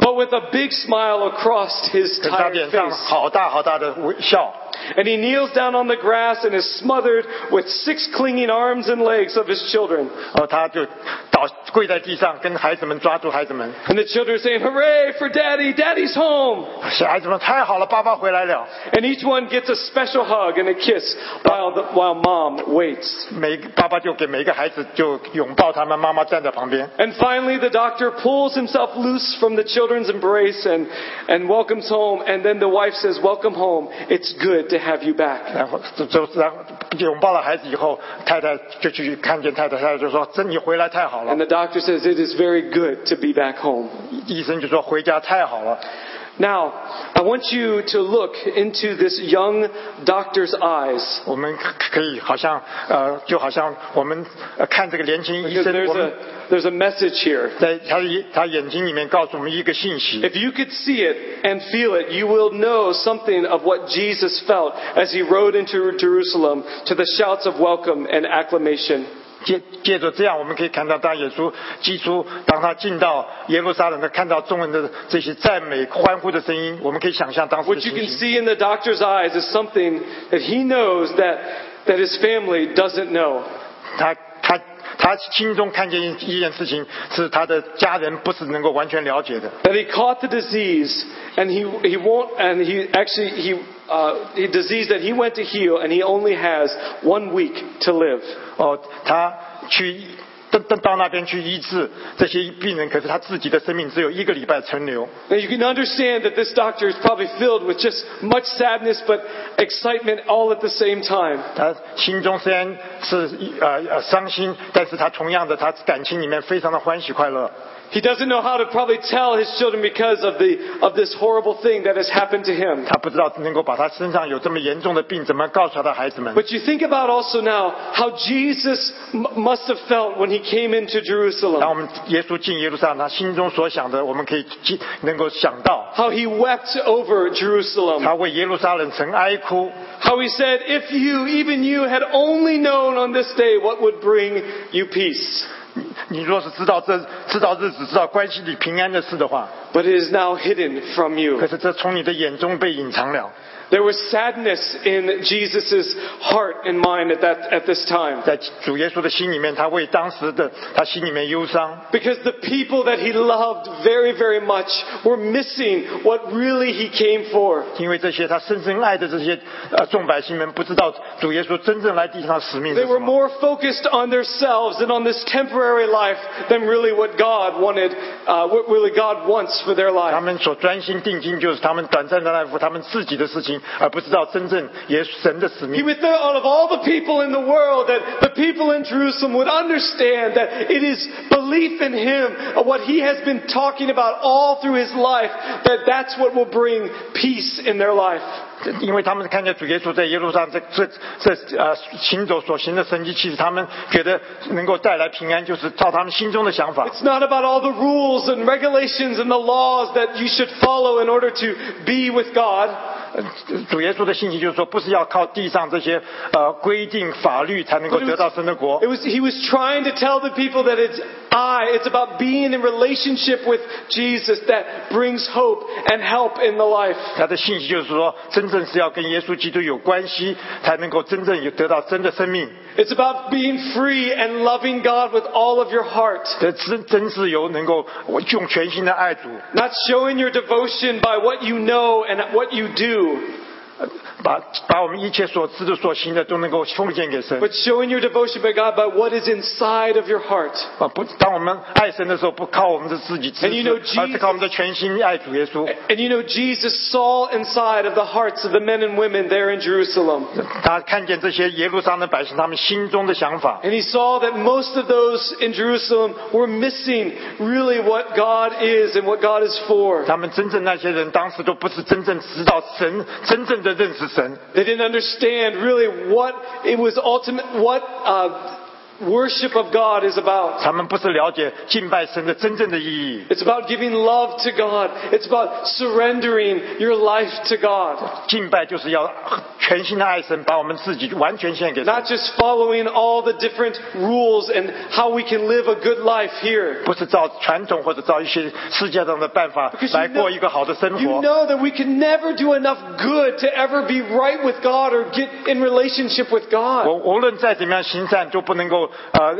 [SPEAKER 1] but with a big smile across his
[SPEAKER 2] 是他
[SPEAKER 1] tired
[SPEAKER 2] 脸上
[SPEAKER 1] face.
[SPEAKER 2] 好大好大的微笑。
[SPEAKER 1] And he kneels down on the grass and is smothered with six clinging arms and legs of his children.
[SPEAKER 2] 哦，他就倒跪在地上，跟孩子们抓住孩子们，
[SPEAKER 1] And the children are saying, hooray for daddy, daddy's home.
[SPEAKER 2] 小孩子们太好了，爸爸回来了。
[SPEAKER 1] And each one gets a special hug and a kiss while, the, while mom waits.
[SPEAKER 2] 每个爸爸就给每一个孩子就拥抱他们，妈妈站在旁边。
[SPEAKER 1] And finally, the doctor pulls himself loose from the children's embrace and, and welcomes home. And then the wife says, welcome home. It's good good to have you back.
[SPEAKER 2] 然后就就然后拥抱了孩子以后，太太就去看见太太，太太就说：“这你回来太好了
[SPEAKER 1] And。the doctor says it is very good to be back home. ”
[SPEAKER 2] 医生就说：“回家太好了。
[SPEAKER 1] Now, I want you to look into this young doctor's eyes. ”
[SPEAKER 2] 我们可可以好像呃，就好像我们呃看这个年轻医
[SPEAKER 1] Because
[SPEAKER 2] 生，
[SPEAKER 1] there's
[SPEAKER 2] 我们
[SPEAKER 1] a, there's a message here.
[SPEAKER 2] 在他眼他眼睛里面告诉我们一个信息：
[SPEAKER 1] If you could see it and feel it, you will know something of what Jesus felt as he rode into Jerusalem to the shouts of welcome and acclamation.
[SPEAKER 2] 借借着这样，我们可以看到当耶稣基督当他进到耶路撒冷，他看到众人的这些赞美欢呼的声音，我们可以想象当时
[SPEAKER 1] What
[SPEAKER 2] 的
[SPEAKER 1] you
[SPEAKER 2] 情
[SPEAKER 1] can
[SPEAKER 2] 形。
[SPEAKER 1] see in the doctor's eyes is something that he knows that, that his family doesn't know.
[SPEAKER 2] 他他他心中看见一件事情，是他的家人不是能够完全了解的。
[SPEAKER 1] That he caught the disease and he, he won't, and he actually, he, uh, the disease that he went to heal and he only has one week to live.
[SPEAKER 2] 哦，他去到到到那边去医治这些病人，可是他自己的生命只有一个礼拜存留。
[SPEAKER 1] Now you can understand that this doctor is probably filled with just much sadness but excitement all at the same time.
[SPEAKER 2] 他心中虽然是呃呃伤心，但是他同样的，他感情里面非常的欢喜快乐。
[SPEAKER 1] He doesn't know how to probably tell his children because of the, of this horrible thing that has happened to him.
[SPEAKER 2] 他不知道能够把他身上有这么严重的病怎么告诉他的孩子们。
[SPEAKER 1] But you think about also now how Jesus m- must have felt when he came into
[SPEAKER 2] 当
[SPEAKER 1] Jerusalem.
[SPEAKER 2] 我们耶稣进耶路撒冷，他心中所想的，我们可以记能够想到，
[SPEAKER 1] How he wept over Jerusalem.
[SPEAKER 2] 他为耶路撒冷曾哀哭，
[SPEAKER 1] How he said, If you, even you, had only known on this day what would bring you peace.
[SPEAKER 2] 你若是知道这知道日子，知道关系里平安的事的话，
[SPEAKER 1] But it is now hidden from you.
[SPEAKER 2] 可是这从你的眼中被隐藏了。
[SPEAKER 1] There was sadness in Jesus' heart and mind at, that, at this time
[SPEAKER 2] 在主耶稣的心里面，他为当时的他心里面忧伤，
[SPEAKER 1] because the people that he loved very, very much were missing what really he came for.
[SPEAKER 2] 因为这些他深深爱的这些呃众百姓们，不知道主耶稣真正来地上的使命是
[SPEAKER 1] They
[SPEAKER 2] 什
[SPEAKER 1] were
[SPEAKER 2] 么。
[SPEAKER 1] more focused on themselves and on this temporary life than really what God wanted, uh, what really God wants for their
[SPEAKER 2] 他
[SPEAKER 1] life.
[SPEAKER 2] 们所专心定睛就是他们短暂的来服他们自己的事情，而不知道真正耶稣神的使
[SPEAKER 1] He
[SPEAKER 2] 命。
[SPEAKER 1] would think out of all the people in the world that the people in Jerusalem would understand that it is belief in Him, of what He has been talking about all through His life, that that's what will bring peace in their life.
[SPEAKER 2] 因为他们看见主耶稣在耶路撒冷这这这呃行走所行的神迹，其实他们觉得能够带来平安，就是照他们心中的想法。
[SPEAKER 1] It's not about all the rules and regulations and the laws that you should follow in order to be with God.
[SPEAKER 2] 呃主耶稣的信息就是说，不是要靠地上这些呃规定法律才能够得到神的国
[SPEAKER 1] It，was, he was trying to tell the people that it's I, it's about being in relationship with Jesus that brings hope and help in the life.
[SPEAKER 2] 他的信息就是说，真正是要跟耶稣基督有关系，才能够真正有得到真的生命。
[SPEAKER 1] It's about being free and loving God with all of your heart.
[SPEAKER 2] 这真真自由能够用全心的爱主，
[SPEAKER 1] Not showing your devotion by what you know and what you do,
[SPEAKER 2] 把把我们一切所知的、所行的都能够奉献给神。
[SPEAKER 1] but showing your devotion by God by what is inside of your heart.
[SPEAKER 2] 啊，不，当我们爱神的时候，不靠我们的自己知
[SPEAKER 1] And you know
[SPEAKER 2] 识，而是靠我们的全心爱主耶稣。
[SPEAKER 1] And you know, Jesus saw inside of the hearts of the men and women there in Jerusalem.
[SPEAKER 2] 他看见这些耶路撒冷的百姓，他们心中的想法，
[SPEAKER 1] And he saw that most of those in Jerusalem were missing really what God is and what God is for.
[SPEAKER 2] 他们真正那些人当时都不是真正知道神，真正的认识神，
[SPEAKER 1] They didn't understand really what it was ultimate, what uh, worship of God is about.
[SPEAKER 2] 他们不是了解敬拜神的真正的意义。
[SPEAKER 1] It's about giving love to God. It's about surrendering your life to God.
[SPEAKER 2] 敬拜就是要全心的爱神，把我们自己完全献给神，
[SPEAKER 1] Not just following all the different rules and how we can live a good life here.
[SPEAKER 2] 不是照传统或者照一些世界上的办法
[SPEAKER 1] Because you
[SPEAKER 2] 来过一个好的生
[SPEAKER 1] You
[SPEAKER 2] 活。
[SPEAKER 1] know that we can never do enough good to ever be right with God or get in relationship with
[SPEAKER 2] 我
[SPEAKER 1] God.
[SPEAKER 2] 无论再怎么样行善，都不能够呃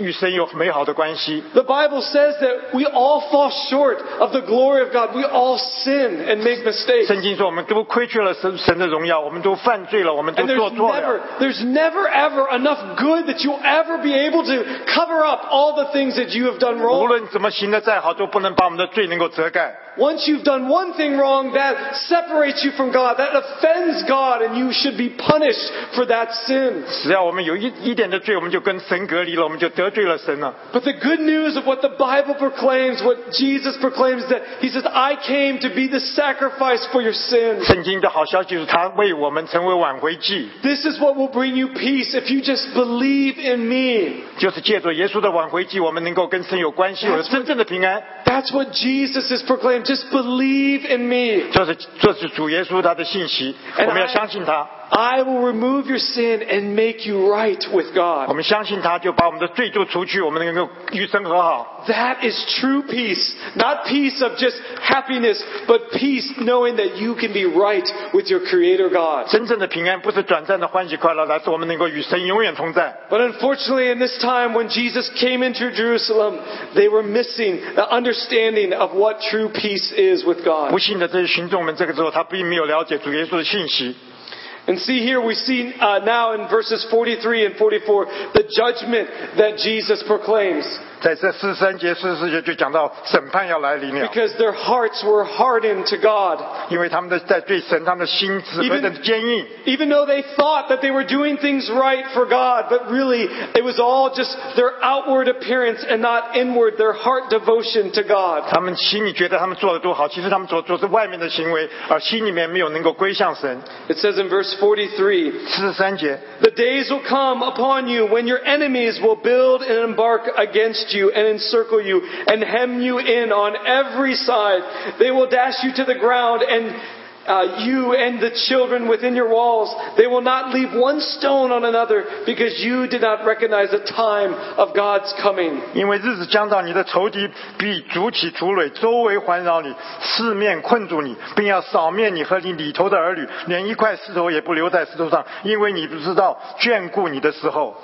[SPEAKER 2] 与神有美好的关系。
[SPEAKER 1] The Bible says that we all fall short of the glory of God. We all sin and make mistakes.
[SPEAKER 2] 圣经说，我们都亏缺了神神的荣耀，我们都犯罪了，我们都
[SPEAKER 1] And there's
[SPEAKER 2] 做错了。
[SPEAKER 1] never, there's never ever enough good that you'll ever be able to cover up all the things that you have done
[SPEAKER 2] 无
[SPEAKER 1] wrong.
[SPEAKER 2] 论怎么行的再好，都不能把我们的罪能够遮盖。
[SPEAKER 1] Once you've done one thing wrong, that separates you from God. That offends God, and you should be punished for that sin.
[SPEAKER 2] 只要我们有一一点的罪，我们就跟神隔离了，我们就得罪了神了。
[SPEAKER 1] But the good news of what the Bible proclaims, what Jesus proclaims, that He says, I came to be the sacrifice for your sins.
[SPEAKER 2] 圣经的好消息是他为我们成为挽回祭，
[SPEAKER 1] This is what will bring you peace if you just believe in me.
[SPEAKER 2] 就是借着耶稣的挽回祭，我们能够跟神有关系，有了真正的平安。
[SPEAKER 1] That's what Jesus has proclaimed. Just believe in me.
[SPEAKER 2] 这是这是主耶稣他的信息，
[SPEAKER 1] And
[SPEAKER 2] 我们要
[SPEAKER 1] I-
[SPEAKER 2] 相信他，
[SPEAKER 1] I will remove your sin and make you right with
[SPEAKER 2] 我
[SPEAKER 1] God.
[SPEAKER 2] 们相信他就把我们的罪就除去，我们能够与神和好。
[SPEAKER 1] That is true peace. Not peace of just happiness, but peace knowing that you can be right with your Creator God.
[SPEAKER 2] 真正的平安不是短暂的欢喜快乐，而是我们能够与神永远同在。
[SPEAKER 1] But unfortunately, in this time when Jesus came into Jerusalem, they were missing the understanding of what true peace is with
[SPEAKER 2] 不
[SPEAKER 1] God.
[SPEAKER 2] 幸的这些群众们，这个时候他并没有了解主耶稣的信息。
[SPEAKER 1] And see here, we see uh, now in verses 43 and 44 the judgment that Jesus proclaims
[SPEAKER 2] 在这四十三节、四十四节就讲到审判要来临了，
[SPEAKER 1] because their hearts were hardened to God.
[SPEAKER 2] 因为他们的在对神，他们的心是
[SPEAKER 1] Even-
[SPEAKER 2] 非常的坚硬。
[SPEAKER 1] Even though they thought that they were doing things right for God, but really it was all just their outward appearance and not inward, their heart devotion to God.
[SPEAKER 2] 他们心里觉得他们做的多好，其实他们所做是外面的行为，而心里面没有能够归向神。
[SPEAKER 1] It says in verse 43,
[SPEAKER 2] 四十三节，
[SPEAKER 1] The days will come upon you when your enemies will build and embark against you and encircle you and hem you in on every side. They will dash you to the ground and uh, you and the children within your walls. They will not leave one stone on another because you did not recognize the time of God's coming.
[SPEAKER 2] 因为日子将到，你的仇敌必筑起竹垒，周围环绕你，四面困住你，并要扫灭你和你里头的儿女，连一块石头也不留在石头上，因为你不知道眷顾你的时候。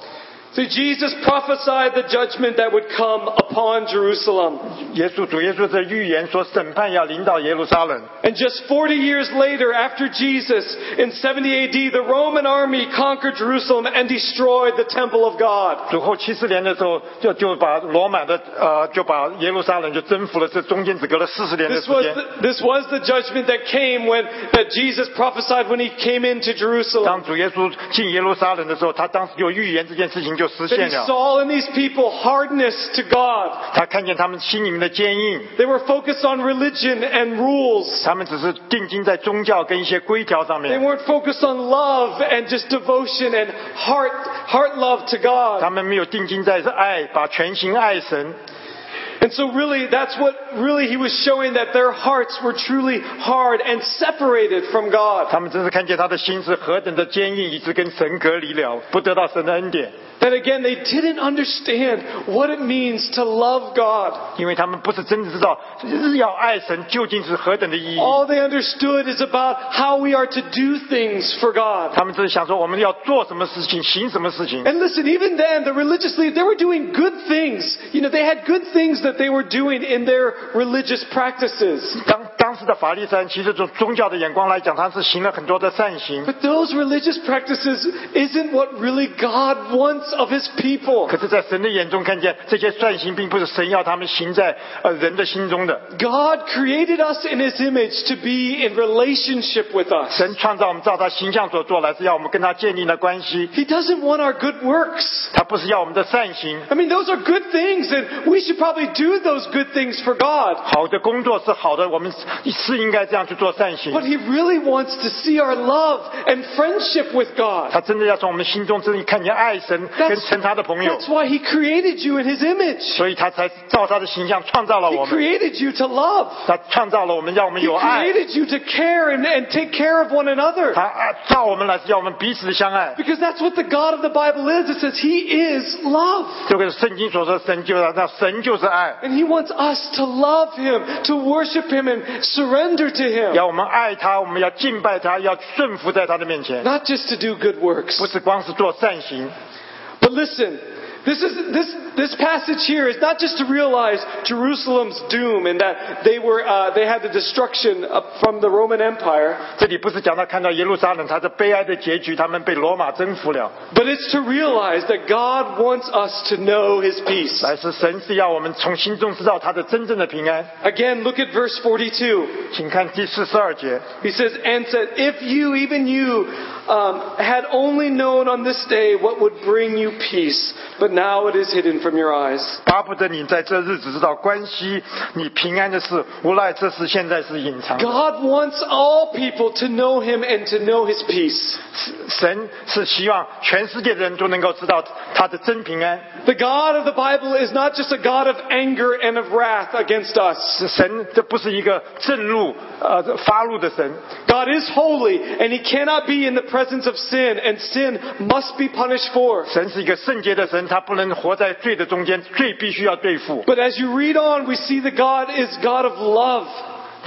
[SPEAKER 1] So Jesus prophesied the judgment that would come upon Jerusalem.
[SPEAKER 2] 耶稣主耶稣这预言说，审判要临到耶路撒冷。
[SPEAKER 1] And just 40 years later, after Jesus, in 70 AD, the Roman army conquered Jerusalem and destroyed the temple of God.
[SPEAKER 2] 主后七十年的时候，就就把罗马的呃，就把耶路撒冷就征服了。这中间只隔了四十年的
[SPEAKER 1] This
[SPEAKER 2] 时
[SPEAKER 1] was,
[SPEAKER 2] 间。
[SPEAKER 1] the, this was the judgment that came when, that Jesus prophesied when he came into Jerusalem.
[SPEAKER 2] 当主耶稣进耶路撒冷的时候，他当时就预言这件事情就实
[SPEAKER 1] That
[SPEAKER 2] 现
[SPEAKER 1] he
[SPEAKER 2] 了。
[SPEAKER 1] saw in these people hardness to God.
[SPEAKER 2] 他看见他们心里面的坚硬，
[SPEAKER 1] They were focused on religion and rules.
[SPEAKER 2] 他们只是定睛在宗教跟一些规条上
[SPEAKER 1] They
[SPEAKER 2] 面，
[SPEAKER 1] weren't focused on love and just devotion and heart, heart love to God.
[SPEAKER 2] 他们没有定睛在是爱，把全心爱神。
[SPEAKER 1] And so really, that's what really he was showing that their hearts were truly hard and separated from God.
[SPEAKER 2] 他们真是看见他的心是何等的坚硬，以致跟神隔离了，不得到神的恩典，
[SPEAKER 1] That again, they didn't understand what it means to love God.
[SPEAKER 2] 因为他们不是真的知道日要爱神究竟是何等的意义。
[SPEAKER 1] All they understood is about how we are to do things for God.
[SPEAKER 2] 他们只是想说我们要做什么事情，行什么事情。
[SPEAKER 1] And listen, even then, the religious leaders, they were doing good things. You know, they had good things that they were doing in their religious practices.
[SPEAKER 2] 当当时的法利赛人，其实从宗教的眼光来讲，他是行了很多的善行。
[SPEAKER 1] But those religious practices isn't what really God wants of His people.
[SPEAKER 2] 可是，在神的眼中看见这些善行，并不是神要他们行在呃人的心中的。
[SPEAKER 1] God created us in His image to be in relationship with us.
[SPEAKER 2] 神创造我们，照他形象所做来，是要我们跟他建立了关系。
[SPEAKER 1] He doesn't want our good works.
[SPEAKER 2] 他不是要我们的善行，
[SPEAKER 1] I mean, those are good things, and we should probably do those good things for God.
[SPEAKER 2] 好的工作是好的，我们是是应该这样去做善
[SPEAKER 1] But
[SPEAKER 2] 行。
[SPEAKER 1] He really wants to see our love and friendship with God.
[SPEAKER 2] 他真的要从我们心中真的看见爱神，跟
[SPEAKER 1] That's,
[SPEAKER 2] 成他的朋友，
[SPEAKER 1] that's why He created you in His image.
[SPEAKER 2] 所以他才照他的形象创造了
[SPEAKER 1] He
[SPEAKER 2] 我们。
[SPEAKER 1] created you to love.
[SPEAKER 2] 他创造了我们，让我们
[SPEAKER 1] He
[SPEAKER 2] 有爱。
[SPEAKER 1] created you to care and, and take care of one another.
[SPEAKER 2] 他爱造我们来是要我们彼此相爱。
[SPEAKER 1] Because that's what the God of the Bible is. It says He is love.
[SPEAKER 2] 这个是圣经所说，神就是爱那神就是爱，
[SPEAKER 1] And he wants us to love him, to worship him, and surrender to him.
[SPEAKER 2] 要我们爱他，我们要敬拜他，要顺服在他的面前，
[SPEAKER 1] Not just to do good works.
[SPEAKER 2] 不是光是做善行。
[SPEAKER 1] But listen, This is this this passage here is not just to realize Jerusalem's doom and that they were uh, they had the destruction uh, from the Roman Empire,
[SPEAKER 2] 这里不是讲到看到耶路撒冷，它是悲哀的结局，他们被罗马征服了。
[SPEAKER 1] but it's to realize that God wants us to know His peace.
[SPEAKER 2] 来是神是要我们从心中知道他的真正的平安。
[SPEAKER 1] Again, look at verse 42.
[SPEAKER 2] 请看第四十二节，
[SPEAKER 1] He says, "And said, if you, even you, um, had only known on this day what would bring you peace, but now it is hidden from your eyes."
[SPEAKER 2] 巴不得你在这日子知道关系你平安的事，无奈这事现在是隐藏的。
[SPEAKER 1] God wants all people to know Him and to know His peace.
[SPEAKER 2] 神是希望全世界的人都能够知道他的真平安。
[SPEAKER 1] The God of the Bible is not just a God of anger and of wrath against us.
[SPEAKER 2] 是神，这不是一个震怒、呃发怒的神。
[SPEAKER 1] God is holy and he cannot be in the presence of sin and sin must be punished for.
[SPEAKER 2] 神是一个圣洁的神，他不能活在罪的中间，罪必须要对付。
[SPEAKER 1] But as you read on, we see that God is God of love.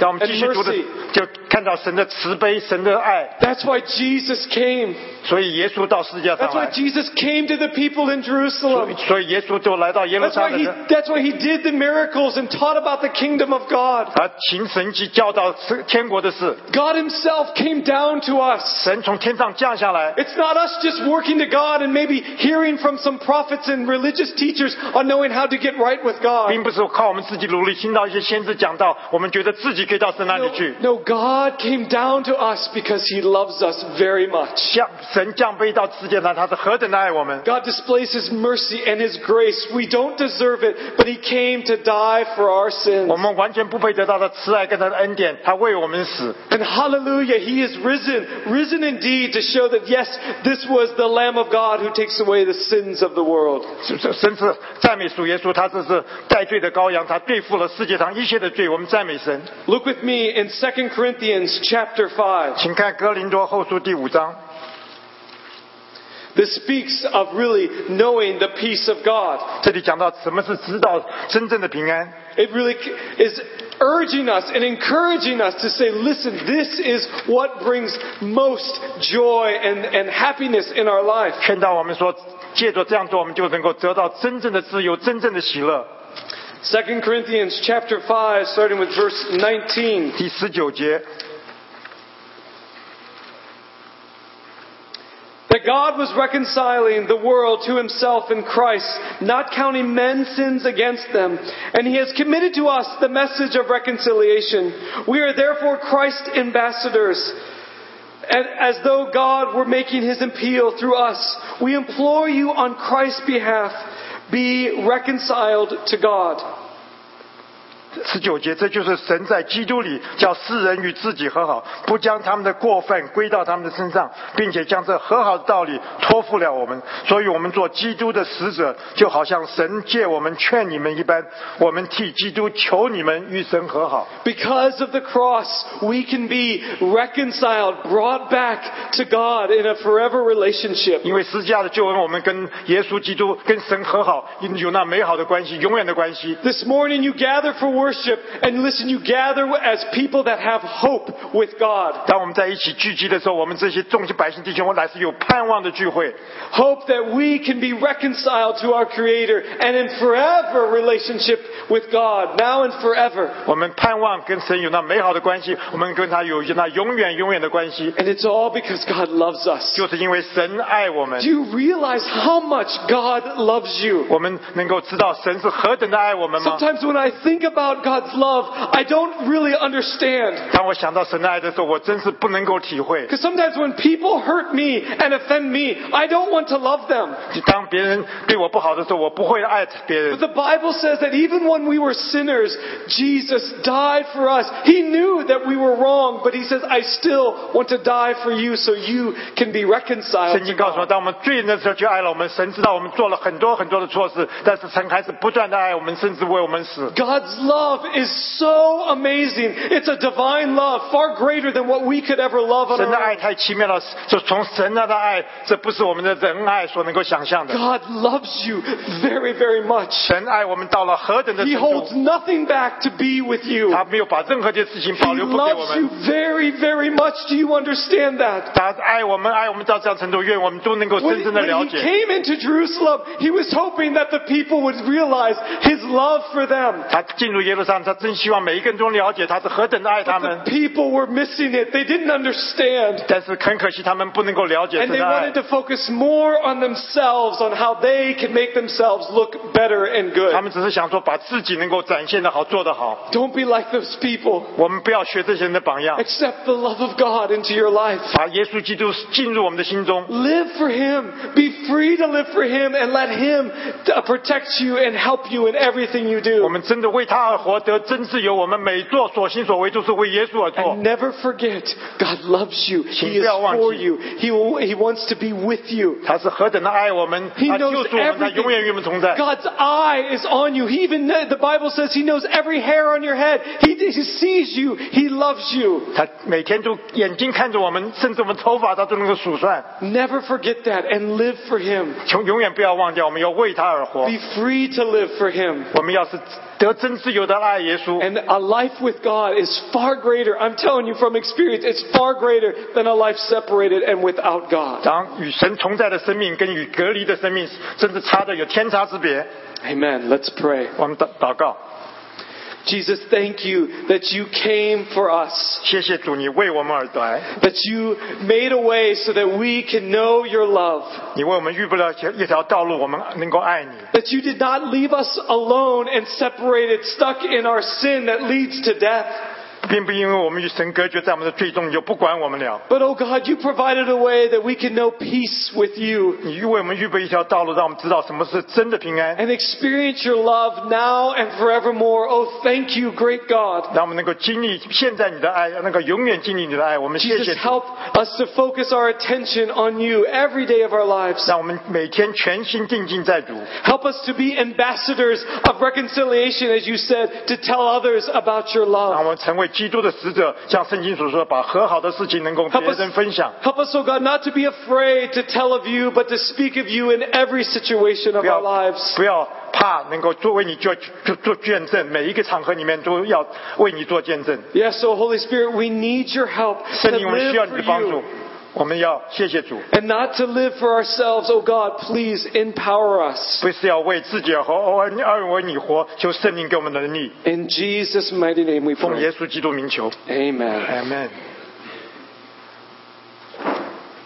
[SPEAKER 2] 当我们继续读的
[SPEAKER 1] And，
[SPEAKER 2] 就看到神的慈悲、神的爱。
[SPEAKER 1] That's why Jesus came.
[SPEAKER 2] 所以耶稣到世界上
[SPEAKER 1] That's why
[SPEAKER 2] 来，
[SPEAKER 1] Jesus came to the people in
[SPEAKER 2] 所以
[SPEAKER 1] Jerusalem.
[SPEAKER 2] 所以耶稣就来到耶路
[SPEAKER 1] That's
[SPEAKER 2] 撒
[SPEAKER 1] why
[SPEAKER 2] 冷
[SPEAKER 1] he
[SPEAKER 2] 了，
[SPEAKER 1] that's why he did the miracles and taught about the kingdom of God.
[SPEAKER 2] 他行神迹，教导天国的事。
[SPEAKER 1] God himself came down to us.
[SPEAKER 2] 神从天上降下来，
[SPEAKER 1] It's not us just working to God and maybe hearing from some prophets and religious teachers on knowing how to get right with God.
[SPEAKER 2] 并不是靠我们自己努力，听到一些先知讲道，我们觉得自己可以到神那里去。
[SPEAKER 1] No, God came down to us because He loves us very much.
[SPEAKER 2] 降神降杯到世界上，他是何等的爱我们！
[SPEAKER 1] God displays His mercy and His grace. We don't deserve it, but He came to die for our sins.
[SPEAKER 2] 我们完全不配得到的慈爱跟他的恩典，他为我们死。
[SPEAKER 1] And hallelujah, He is risen, risen indeed to show that yes, this was the Lamb of God who takes away the sins of the world.
[SPEAKER 2] 是是神是赞美主耶稣，他这是代罪的羔羊，他对付了世界上一切的罪。我们赞美神，
[SPEAKER 1] Look with me in 2 Corinthians chapter 5.
[SPEAKER 2] 请看哥林多后书第五章，
[SPEAKER 1] This speaks of really knowing the peace of God.
[SPEAKER 2] 这里讲到什么是知道真正的平安。
[SPEAKER 1] It really c- is urging us and encouraging us to say, listen, this is what brings most joy and, and happiness in our life.
[SPEAKER 2] 劝导我们说，借着这样做，我们就能够得到真正的自由，真正的喜乐。
[SPEAKER 1] 2 Corinthians chapter 5, starting with verse 19.
[SPEAKER 2] 第十九节，
[SPEAKER 1] That God was reconciling the world to himself in Christ, not counting men's sins against them, and he has committed to us the message of reconciliation. We are therefore Christ's ambassadors. And as though God were making his appeal through us, we implore you on Christ's behalf, be reconciled to God.
[SPEAKER 2] 十九节，这就是神在基督里叫世人与自己和好，不将他们的过犯归到他们的身上，并且将这和好的道理托付了我们。所以，我们做基督的使者，就好像神借我们劝你们一般，我们替基督求你们与神和好。
[SPEAKER 1] Because of the cross, we can be reconciled, brought back to God in a forever relationship.
[SPEAKER 2] 因为施加的救恩，我们跟耶稣基督、跟神和好，有那美好的关系，永远的关系。
[SPEAKER 1] This morning you gather for worship and listen, you gather as people that have hope with God.
[SPEAKER 2] 当我们在一起聚集的时候，我们这些众星百姓弟兄，我乃是有盼望的聚会，
[SPEAKER 1] Hope that we can be reconciled to our Creator and in forever relationship with God, now and forever.
[SPEAKER 2] 我们盼望跟神有那美好的关系，我们跟他有那永远永远的关系，
[SPEAKER 1] And it's all because God loves us.
[SPEAKER 2] 就是因为神爱我们
[SPEAKER 1] Do，you realize how much God loves you?
[SPEAKER 2] 我们能够知道神是何等的爱我们吗？
[SPEAKER 1] Sometimes when I think about God's love, I don't really understand.
[SPEAKER 2] 当我想到神的爱的时候，我真是不能够体会。
[SPEAKER 1] Because sometimes when people hurt me and offend me, I don't want to love them.
[SPEAKER 2] 当别人对我不好的时候，我不会爱别
[SPEAKER 1] But
[SPEAKER 2] 人。
[SPEAKER 1] the Bible says that even when we were sinners, Jesus died for us. He knew that we were wrong, but he says, I still want to die for you so you can be
[SPEAKER 2] 圣
[SPEAKER 1] reconciled.
[SPEAKER 2] 经
[SPEAKER 1] to
[SPEAKER 2] 告诉我，
[SPEAKER 1] God.
[SPEAKER 2] 当我们罪人的时候就爱了我们。神知道我们做了很多很多的错事，但是神还是不断的爱我们，甚至为我们死。
[SPEAKER 1] God's love is so amazing. It's a divine love, far greater than what we could ever love on
[SPEAKER 2] 神的
[SPEAKER 1] our
[SPEAKER 2] 爱
[SPEAKER 1] own.
[SPEAKER 2] 太奇妙了，就从神那的爱，这不是我们的人爱所能够想象的。
[SPEAKER 1] God loves you very, very much.
[SPEAKER 2] 神爱我们到了何等的
[SPEAKER 1] He
[SPEAKER 2] 程
[SPEAKER 1] holds
[SPEAKER 2] 度，
[SPEAKER 1] nothing back to be with you.
[SPEAKER 2] 他没有把任何的事情
[SPEAKER 1] He
[SPEAKER 2] 保留不给我
[SPEAKER 1] loves you
[SPEAKER 2] 们。
[SPEAKER 1] very, very very much do you understand that?
[SPEAKER 2] 他爱我们，爱我们到这样程度，愿我们都能够
[SPEAKER 1] When,
[SPEAKER 2] 真正的
[SPEAKER 1] when
[SPEAKER 2] 了
[SPEAKER 1] he
[SPEAKER 2] 解。
[SPEAKER 1] came into Jerusalem, he was hoping that the people would realize his love for them.
[SPEAKER 2] 他进入耶路撒冷，他真希望每一个人都了解他是何等的爱 他
[SPEAKER 1] The
[SPEAKER 2] 们。
[SPEAKER 1] people were missing it. They didn't understand.
[SPEAKER 2] 但是很可惜，他们不能够了解
[SPEAKER 1] And
[SPEAKER 2] 神
[SPEAKER 1] they
[SPEAKER 2] 的爱
[SPEAKER 1] wanted，to focus more on themselves, on how they could make themselves look better and good.
[SPEAKER 2] 他们只是想说把自己能够展现的好，做得好。
[SPEAKER 1] Don't be like those people.
[SPEAKER 2] 我们不要学这些人的榜样，
[SPEAKER 1] Accept the love of God into your life.
[SPEAKER 2] 把耶稣基督进入我们的心中，
[SPEAKER 1] Live for Him. Be free to live for Him and let Him uh, protect you and help you in everything you do.
[SPEAKER 2] 我们真的为他而活，得真自由。我们每做所行所为都是为耶稣而做
[SPEAKER 1] And。never forget, God loves you. He is
[SPEAKER 2] 请不要忘记。
[SPEAKER 1] for you. He, will, he wants to be with you.
[SPEAKER 2] 他是何等的爱我们，
[SPEAKER 1] He
[SPEAKER 2] 他救
[SPEAKER 1] knows
[SPEAKER 2] 赎我们，他
[SPEAKER 1] everything.
[SPEAKER 2] 永远与我们同在。
[SPEAKER 1] God's eye is on you. He even kn- the Bible says He knows every hair on your head. He, he sees you. He loves you.
[SPEAKER 2] 他每天都眼睛看着我们，甚至我们头发他都能够数算。
[SPEAKER 1] Never forget that and live for Him.
[SPEAKER 2] 永永远不要忘掉，我们要为他而活。
[SPEAKER 1] Be free to live for Him.
[SPEAKER 2] 我们要是得真自由的爱耶稣，
[SPEAKER 1] And a life with God is far greater. I'm telling you from experience, it's far greater than a life separated and without God.
[SPEAKER 2] 当与神同在的生命跟与隔离的生命，甚至差的有天差之别。
[SPEAKER 1] Amen. Let's pray.
[SPEAKER 2] 我们祷祷告，
[SPEAKER 1] Jesus, thank you that you came for us,
[SPEAKER 2] 谢谢主，你为我们而来，
[SPEAKER 1] that you made a way so that we can know your love,
[SPEAKER 2] 你为我们预备了一条道路，我们能够爱你。
[SPEAKER 1] that you did not leave us alone and separated, stuck in our sin that leads to death.
[SPEAKER 2] 并不因为我们与神隔绝，在我们的最终你就不管我们了。
[SPEAKER 1] But oh God, you provided a way that we can know peace with you
[SPEAKER 2] 你为我们预备一条道路，让我们知道什么是真的平安，
[SPEAKER 1] and experience your love now and forevermore. Oh, thank you, great God.
[SPEAKER 2] 让我们能够经历现在你的爱，那个永远经历你的爱。我们谢谢
[SPEAKER 1] Jesus,
[SPEAKER 2] 主，
[SPEAKER 1] help us to focus our attention on you every day of our lives.
[SPEAKER 2] 让我们每天全心定睛在主，
[SPEAKER 1] Help us to be ambassadors of reconciliation, as you said, to tell others about your
[SPEAKER 2] 让
[SPEAKER 1] love.
[SPEAKER 2] 我们成为基督的使者，像圣经所说，把和好的事情能够
[SPEAKER 1] Help
[SPEAKER 2] 别
[SPEAKER 1] us,
[SPEAKER 2] 人分享。
[SPEAKER 1] help us, oh God, not to be afraid to tell of you, but to speak of you in every situation of
[SPEAKER 2] 不要
[SPEAKER 1] our lives.
[SPEAKER 2] 不要怕，能够作为你做做做见证，每一个场合里面都要为你做见证。
[SPEAKER 1] Yes, oh Holy Spirit, we need your help to
[SPEAKER 2] 圣灵，我们
[SPEAKER 1] live
[SPEAKER 2] 需要你的帮
[SPEAKER 1] for
[SPEAKER 2] 助
[SPEAKER 1] you，
[SPEAKER 2] 我们要谢谢主，
[SPEAKER 1] and not to live for ourselves. Oh God, please empower us.
[SPEAKER 2] 不是要为自己而活，而而为你活。求圣灵给我们能力，
[SPEAKER 1] In Jesus' mighty name we
[SPEAKER 2] 奉
[SPEAKER 1] pray.
[SPEAKER 2] 耶稣基督名求
[SPEAKER 1] Amen.
[SPEAKER 2] ，Amen。